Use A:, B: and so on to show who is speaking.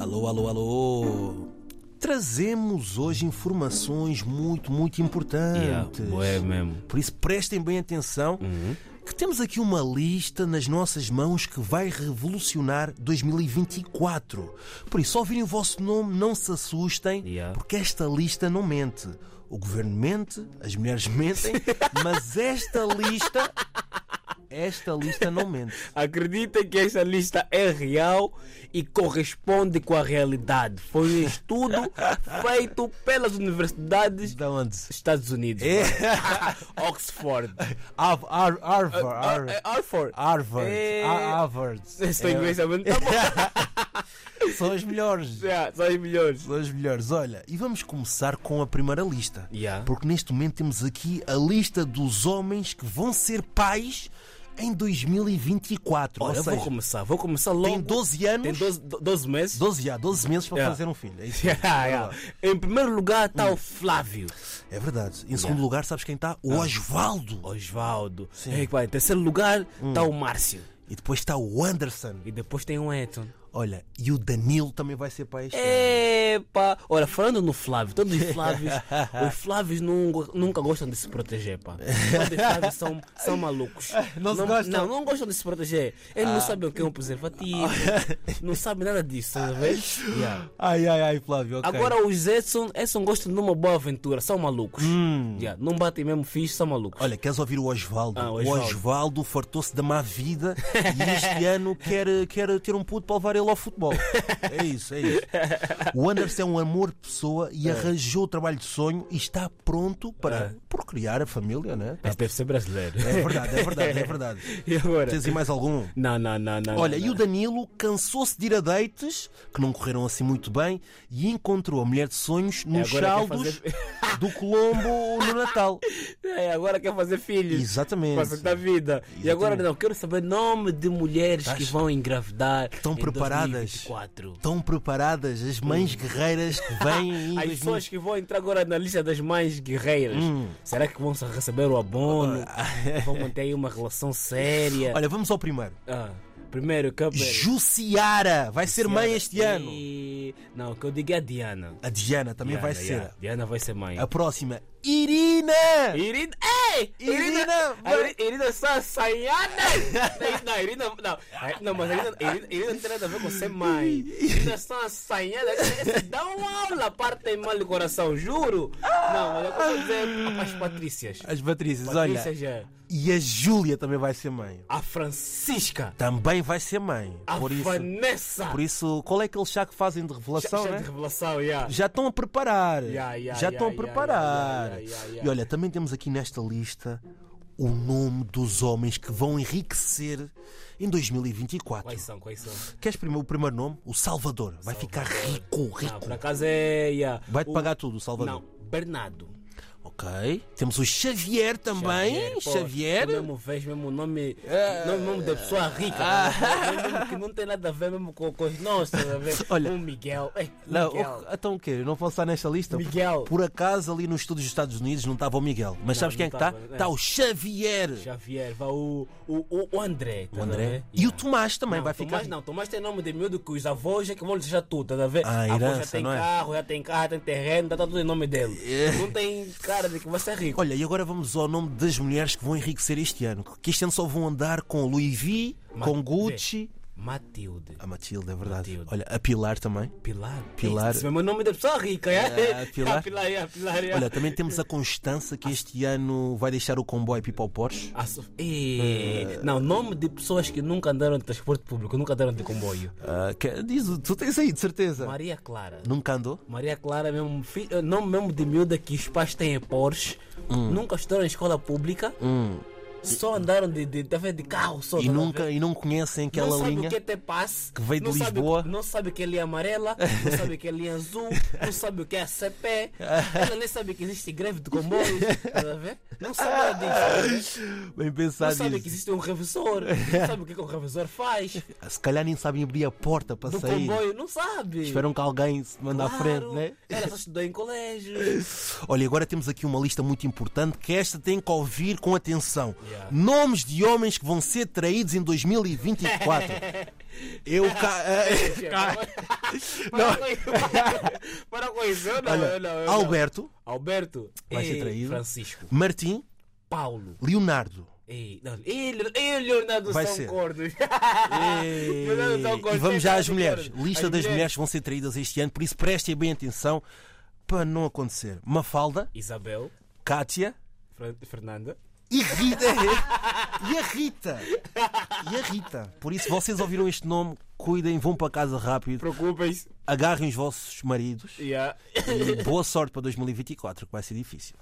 A: alô, alô.
B: Trazemos hoje informações muito, muito
A: Yeah,
B: importantes.
A: é mesmo.
B: Por isso prestem bem atenção que temos aqui uma lista nas nossas mãos que vai revolucionar 2024. Por isso, ao ouvirem o vosso nome, não se assustem,
A: Yeah.
B: porque esta lista não mente. O governo mente, as mulheres mentem, mas esta lista, esta lista não mente.
A: Acredita que esta lista é real e corresponde com a realidade. Foi um estudo feito pelas universidades dos
B: Da onde?
A: Estados Unidos.
B: É.
A: mano. Oxford. É,
B: Ar- Ar- Harvard. Ar-
A: Ar- Harvard.
B: Harvard.
A: É.
B: Ar- Harvard.
A: Estou
B: É.
A: inglês também. Tá bom.
B: São as melhores.
A: Já, São os melhores.
B: São as melhores. Olha, e vamos começar com a primeira lista.
A: Yeah.
B: Porque neste momento temos aqui a lista dos homens que vão ser pais em 2024.
A: Olha,
B: Ou
A: eu
B: seja,
A: vou começar. Vou começar logo.
B: tem 12 anos.
A: Tem 12, do- 12 meses.
B: 12, ah, 12 meses para
A: Yeah.
B: fazer um filho. É, isso.
A: Yeah, yeah.
B: Ah.
A: Em primeiro lugar
B: Hum.
A: está o Flávio
B: É verdade. Em segundo lugar, sabes quem está?
A: Ah.
B: O Osvaldo.
A: Osvaldo. Ei, pá, Em terceiro lugar está
B: Hum.
A: o Márcio.
B: E depois está o Anderson.
A: E depois tem o Eton.
B: Olha, e o Danilo também vai ser pai este
A: É.
B: ano.
A: Epa! Olha, falando no Flávio, todos os Flávios, os Flávios nunca, nunca gostam de se proteger, pá. Todos os Flávios são, são malucos.
B: Não se
A: não,
B: gostam? Ah.
A: não, não gostam de se proteger. Eles não sabem o que é um preservativo, não sabem nada disso, tá vendo? Yeah.
B: Ai, ai, ai, Flávio. ok.
A: Agora os Edson, Edson gostam de uma boa aventura, são malucos. Yeah, Não batem mesmo fixe, são malucos.
B: Hum. Olha, queres ouvir o Osvaldo?
A: Ah, o
B: o
A: Osvaldo.
B: Osvaldo fartou-se da má vida e este ano quer, quer ter um puto para levar ele ao futebol. É isso, é isso. O Anderson é um amor de pessoa
A: É.
B: e arranjou o trabalho de sonho e está pronto para procriar a família, né?
A: Mas deve ser brasileiro.
B: É verdade, é verdade, é verdade.
A: E agora?
B: Tens aí mais algum?
A: Não, não, não, não.
B: Olha,
A: não,
B: e o Danilo cansou-se de ir a dates, que não correram assim muito bem, e encontrou a mulher de sonhos nos
A: É, agora quer
B: saldos
A: fazer-
B: do Colombo no Natal.
A: É, agora quer fazer filhos.
B: Exatamente.
A: Para sustentar a vida. E agora
B: Exatamente.
A: não, quero saber nome de mulheres que
B: Estás-
A: vão engravidar.
B: Estão
A: em
B: preparadas?
A: 2024.
B: Estão preparadas as mães guerreiras que vêm em
A: As
B: 2000?
A: pessoas que vão entrar agora na lista das mães guerreiras,
B: Hum.
A: será que vão receber o abono? vão manter aí uma relação séria?
B: Ah, Olha, vamos ao primeiro.
A: Ah, primeiro, que
B: Jussiara vai ser mãe este ano.
A: E... Não, o que eu digo é a Diana.
B: A Diana também vai
A: Diana,
B: ser.
A: yeah. Diana vai ser mãe.
B: A próxima, Irina!
A: Irina, ei!
B: Irina,
A: Irina, a
B: vai-
A: Iri- Irina só assanhada! Não, Irina, não, Ai, não, mas Irina, Irina, Irina não tem nada a ver com ser mãe. Irina só assanhada, Essa- essa dá uma aula, partem mal do coração, juro! Não, mas eu posso dizer as Patrícias.
B: As Patrícias, olha.
A: Patrícias é.
B: E a Júlia também vai ser mãe.
A: A Francisca,
B: Também vai ser mãe.
A: a
B: Por isso,
A: Vanessa.
B: por isso, qual é aquele chá que fazem de
A: Chá-
B: revelação,
A: chá
B: né?
A: de revelação, yeah.
B: Já estão a preparar.
A: Yeah, yeah,
B: já
A: yeah,
B: estão a
A: yeah,
B: preparar.
A: yeah, yeah, yeah, yeah.
B: E olha, também temos aqui nesta lista o nome dos homens que vão enriquecer em 2024.
A: Quais são, quais são?
B: Queres primeiro, o primeiro nome? O Salvador. Vai ficar rico,
A: Não,
B: rico.
A: por acaso é. yeah.
B: Vai-te
A: O-
B: pagar tudo, o Salvador.
A: Não, Bernardo.
B: Ok. Temos o Xavier também.
A: pô,
B: Xavier. É.
A: Eu mesmo vejo mesmo o nome, nome mesmo da pessoa rica.
B: Ah.
A: mesmo que não tem nada a ver mesmo com, com os nossos. tá a ver?
B: Olha.
A: O Miguel. ei,
B: Não,
A: Miguel.
B: o- então o quê? Eu não posso estar nesta lista?
A: Miguel.
B: Por acaso ali nos estudos dos Estados Unidos não estava o Miguel. Mas sabes
A: não
B: quem é que está?
A: estava,
B: Está
A: é.
B: o Xavier.
A: Xavier, vá o, o, o- o André. tá
B: O
A: a
B: André.
A: ver?
B: E o Tomás também
A: Não,
B: vai
A: Tomás
B: ficar.
A: não, Tomás tem nome de miúdo que os avós é que vão lhe deixar tudo, tá a ver?
B: Ah,
A: A avó já
B: herança,
A: tem
B: não é?
A: carro, já tem carro, já tem terreno, tá tudo em nome dele. Não tem cara de que vai ser rico.
B: Olha, e agora vamos ao nome das mulheres que vão enriquecer este ano. Que este ano só vão andar com Louis V,
A: Ma-
B: com Gucci.
A: Matilde,
B: A Matilde, é verdade.
A: Matilde.
B: Olha, a Pilar também.
A: Pilar.
B: Pilar.
A: Esse mesmo é o nome da pessoa rica, é?
B: Ah, Pilar.
A: A Pilar, é, a Pilar, é.
B: Olha, também temos a Constança que este ano vai deixar o comboio para ir para o Porsche.
A: Ah, so- Ih, Não, nome de pessoas que nunca andaram de transporte público, nunca andaram de comboio.
B: Ah, que- diz, tu tens aí, de certeza.
A: Maria Clara.
B: Nunca andou?
A: Maria Clara, mesmo, fi- eh, nome mesmo de miúda que os pais têm em Porsche,
B: Hum.
A: nunca estudaram em escola pública, só andaram de, de, de, de carro só.
B: E
A: tá a
B: nunca
A: ver?
B: e não conhecem aquela
A: não sabe
B: linha?
A: o que é ter passe,
B: que veio de
A: não sabe-
B: Lisboa.
A: não sabe o que é linha amarela, não sabe o que é linha azul, não sabe o que é CP, ela nem sabe que existe greve de comboios, tá a ver? não sabe nada disso. tá a ver?
B: Bem
A: Não
B: pensado
A: sabe
B: isso.
A: que existe um revisor, não sabe o que, é que o revisor faz do
B: Se calhar nem sabem abrir a porta para sair.
A: é- comboio, não sabe.
B: Esperam que alguém se mande à
A: Claro,
B: frente, né?
A: Ela só estudou em colégio.
B: Olha, agora temos aqui uma lista muito importante que esta tem que ouvir com atenção.
A: Yeah.
B: Nomes de homens que vão ser traídos em 2024. Eu ca... eh,
A: Ela Para com- Para com isso, eu não, eu não, eu não.
B: Alberto,
A: Alberto.
B: Vai ser
A: Ei,
B: traído.
A: Francisco.
B: Martim,
A: Paulo.
B: Leonardo.
A: Ei, não, ei, Le- ei, Leonardo
B: Vai
A: são
B: ser.
A: cordos. Ah,
B: Ei,
A: Leonardo são
B: E
A: cordos.
B: vamos já às
A: Leonardo
B: mulheres.
A: são cordos.
B: Lista
A: As
B: das mulheres. que vão ser traídas este ano, por isso prestem bem atenção para não acontecer. Mafalda,
A: Isabel,
B: Kátia
A: Fran- Fernanda.
B: e Rita. e a Rita. E a Rita. Por isso, vocês ouviram este nome, cuidem, vão para casa rápido,
A: Preocupem-se.
B: agarrem os vossos maridos
A: Yeah.
B: e boa sorte para 2024, que vai ser difícil.